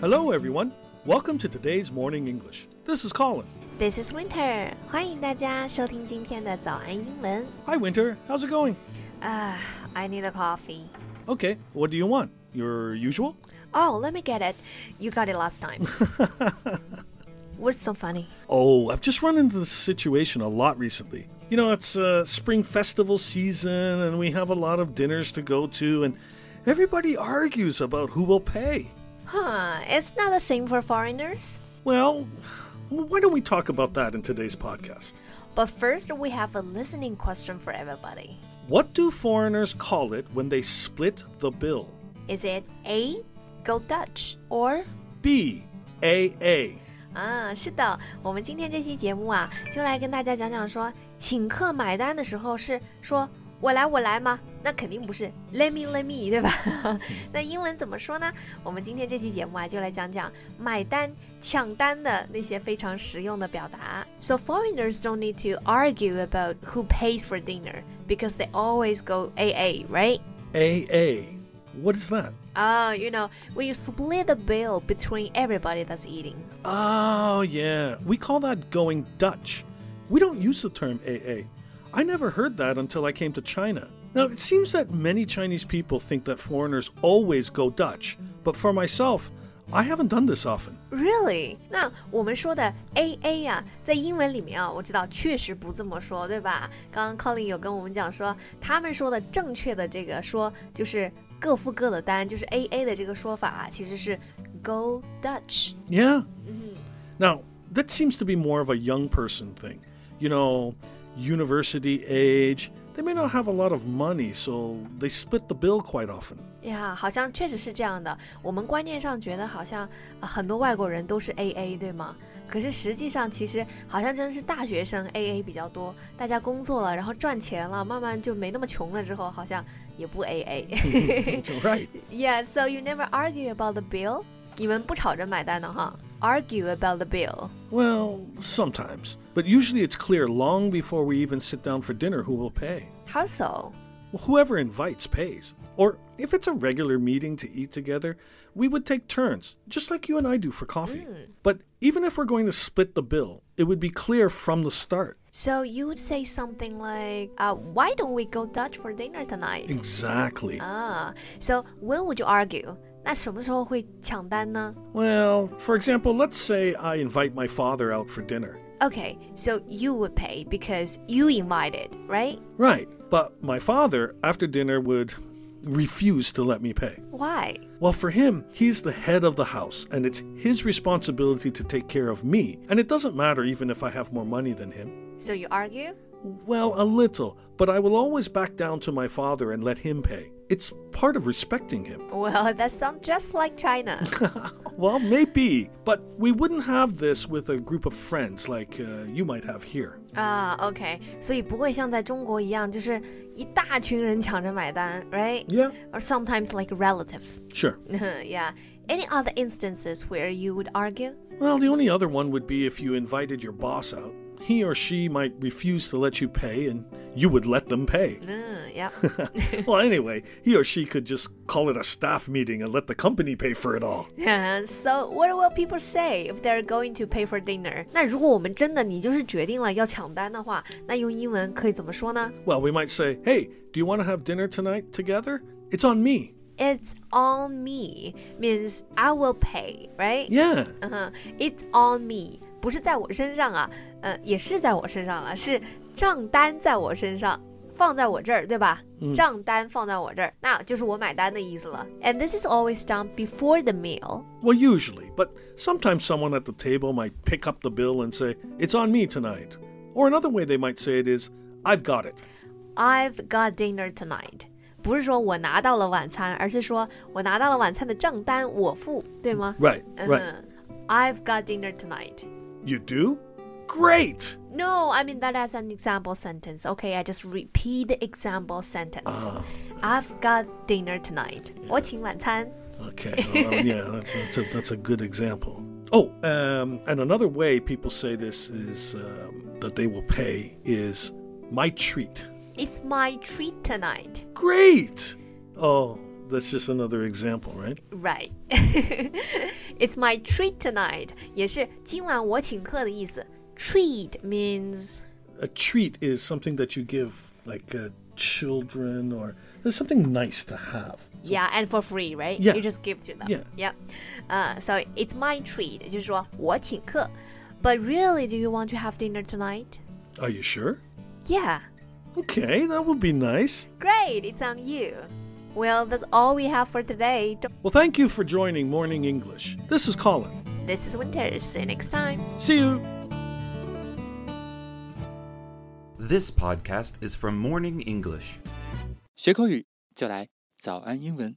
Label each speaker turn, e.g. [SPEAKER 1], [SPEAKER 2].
[SPEAKER 1] Hello, everyone. Welcome to today's Morning English. This is Colin.
[SPEAKER 2] This is Winter，欢迎大家收听今天的早安英文。
[SPEAKER 1] Hi, Winter. How's it going?
[SPEAKER 2] 啊、i Ah, need a coffee.
[SPEAKER 1] Okay, what do you want? Your usual?
[SPEAKER 2] Oh, let me get it. You got it last time. What's so funny?
[SPEAKER 1] Oh, I've just run into this situation a lot recently. You know, it's uh, spring festival season, and we have a lot of dinners to go to, and everybody argues about who will pay.
[SPEAKER 2] Huh? It's not the same for foreigners.
[SPEAKER 1] Well, why don't we talk about that in today's podcast?
[SPEAKER 2] But first, we have a listening question for everybody.
[SPEAKER 1] What do foreigners call it when they split the bill?
[SPEAKER 2] Is it A, go Dutch, or
[SPEAKER 1] B A A.
[SPEAKER 2] 啊，是的，我们今天这期节目啊，就来跟大家讲讲说，请客买单的时候是说“我来，我来”吗？那肯定不是 “let me, let me”，对吧？那英文怎么说呢？我们今天这期节目啊，就来讲讲买单、抢单的那些非常实用的表达。So foreigners don't need to argue about who pays for dinner because they always go AA, right?
[SPEAKER 1] A A. What is that?
[SPEAKER 2] Oh, you know, when you split the bill between everybody that's eating.
[SPEAKER 1] Oh, yeah. We call that going Dutch. We don't use the term AA. I never heard that until I came to China. Now, it seems that many Chinese people think that foreigners always go Dutch, but for myself, I haven't done this often.
[SPEAKER 2] Really？那我们说的 A A 啊，在英文里面啊，我知道确实不这么说，对吧？刚刚 Colin 有跟我们讲说，他们说的正确的这个说就是各付各的单，就是 A A 的这个说法啊，其实是 Go Dutch。
[SPEAKER 1] Yeah. Now, that seems to be more of a young person thing. You know, university age, they may not have a lot of money, so they split the bill quite often.
[SPEAKER 2] 呀、好像确实是这样的。我们观念上觉得好像、呃很多外国人都是 A A，对吗？可是实际上，其实好像真的是大学生 A A 比较多。大家工作了，然后赚钱了，慢慢就没那么穷了，之后好像也不 A A。
[SPEAKER 1] right.
[SPEAKER 2] yeah, so you never argue about the bill. 你们不吵着买单的哈？Argue about the bill.
[SPEAKER 1] Well, sometimes. But usually it's clear long before we even sit down for dinner who will pay.
[SPEAKER 2] How so?
[SPEAKER 1] Well, whoever invites pays. Or if it's a regular meeting to eat together, we would take turns, just like you and I do for coffee. But even if we're going to split the bill, it would be clear from the start.
[SPEAKER 2] So you would say something like, uh, "Why don't we go Dutch for dinner tonight?"
[SPEAKER 1] Exactly.
[SPEAKER 2] 啊，So when would you argue？那什么时候会抢单呢
[SPEAKER 1] Well, for example, let's say I invite my father out for dinner.
[SPEAKER 2] ？Okay, so you would pay because you invited, right?
[SPEAKER 1] Right. But my father, after dinner, would refuse to let me pay.
[SPEAKER 2] Why?
[SPEAKER 1] Well, for him, he's the head of the house, and it's his responsibility to take care of me, and it doesn't matter even if I have more money than him.
[SPEAKER 2] So you argue?
[SPEAKER 1] Well, a little, but I will always back down to my father and let him pay. It's part of respecting him.
[SPEAKER 2] Well, that sounds just like China.
[SPEAKER 1] Well, maybe, but we wouldn't have this with a group of friends like uh, you might have here.
[SPEAKER 2] 啊、o k Ah, 所以不会像在中国一样，就是一大群人抢着买单，right?
[SPEAKER 1] Yeah,
[SPEAKER 2] Or sometimes like relatives.
[SPEAKER 1] sure.
[SPEAKER 2] yeah. Any other instances where you would argue?
[SPEAKER 1] Well, the only other one would be if you invited your boss out. He or she might refuse to let you pay, and you would let them pay.
[SPEAKER 2] 嗯、y e a h
[SPEAKER 1] well, anyway, he or she could just call it a staff meeting and let the company pay for it all.
[SPEAKER 2] Yeah, so what will people say if they're going to pay for dinner？那如果我们真的你就是决定了要抢单的话，那用英文可以怎么说呢
[SPEAKER 1] Well, we might say, hey, do you want to have dinner tonight together? It's on me.
[SPEAKER 2] ？It's on me means I will pay, right?
[SPEAKER 1] Yeah.
[SPEAKER 2] 嗯哼，It's on me 不是在我身上啊，呃，也是在我身上了，是账单在我身上。放在我这儿，对吧？
[SPEAKER 1] 嗯
[SPEAKER 2] 账单放在我这儿，那就是我买单的意思了。And this is always done before the meal.
[SPEAKER 1] Well, usually, but sometimes someone at the table might pick up the bill and say, it's on me tonight. Or another way they might say it is, I've got it.
[SPEAKER 2] I've got dinner tonight，不是说我拿到了晚餐，而是说我拿到了晚餐的账单，我付，对吗
[SPEAKER 1] Right,
[SPEAKER 2] 嗯
[SPEAKER 1] right.
[SPEAKER 2] I've got dinner tonight.
[SPEAKER 1] You do? Great!
[SPEAKER 2] No, I mean that as an example sentence. Okay, I just repeat the example sentence.
[SPEAKER 1] Ah.
[SPEAKER 2] I've got dinner tonight. 我请晚餐。
[SPEAKER 1] Okay, well, yeah, that- that's a, that's a good example. Oh, um, and another way people say this is um, that they will pay is my treat.
[SPEAKER 2] It's my treat tonight.
[SPEAKER 1] Great! Oh, that's just another example, right?
[SPEAKER 2] Right. it's my treat tonight. 也是今晚我请客的意思。Treat means
[SPEAKER 1] A treat is something that you give like uh, children or there's something nice to have.
[SPEAKER 2] yeah, and for free, right?
[SPEAKER 1] Yeah.
[SPEAKER 2] You just give to them.
[SPEAKER 1] Yeah.
[SPEAKER 2] Yeah. Uh, so it's my treat. 就是说我请客。But really, do you want to have dinner tonight?
[SPEAKER 1] Are you sure?
[SPEAKER 2] Yeah.
[SPEAKER 1] Okay, that would be nice.
[SPEAKER 2] Great. It's on you. Well, that's all we have for today. Don't-
[SPEAKER 1] Well, thank you for joining Morning English. This is Colin.
[SPEAKER 2] This is Winter. See you next time.
[SPEAKER 1] See you.
[SPEAKER 3] This podcast is from Morning English.
[SPEAKER 4] 学口语就来早安英文。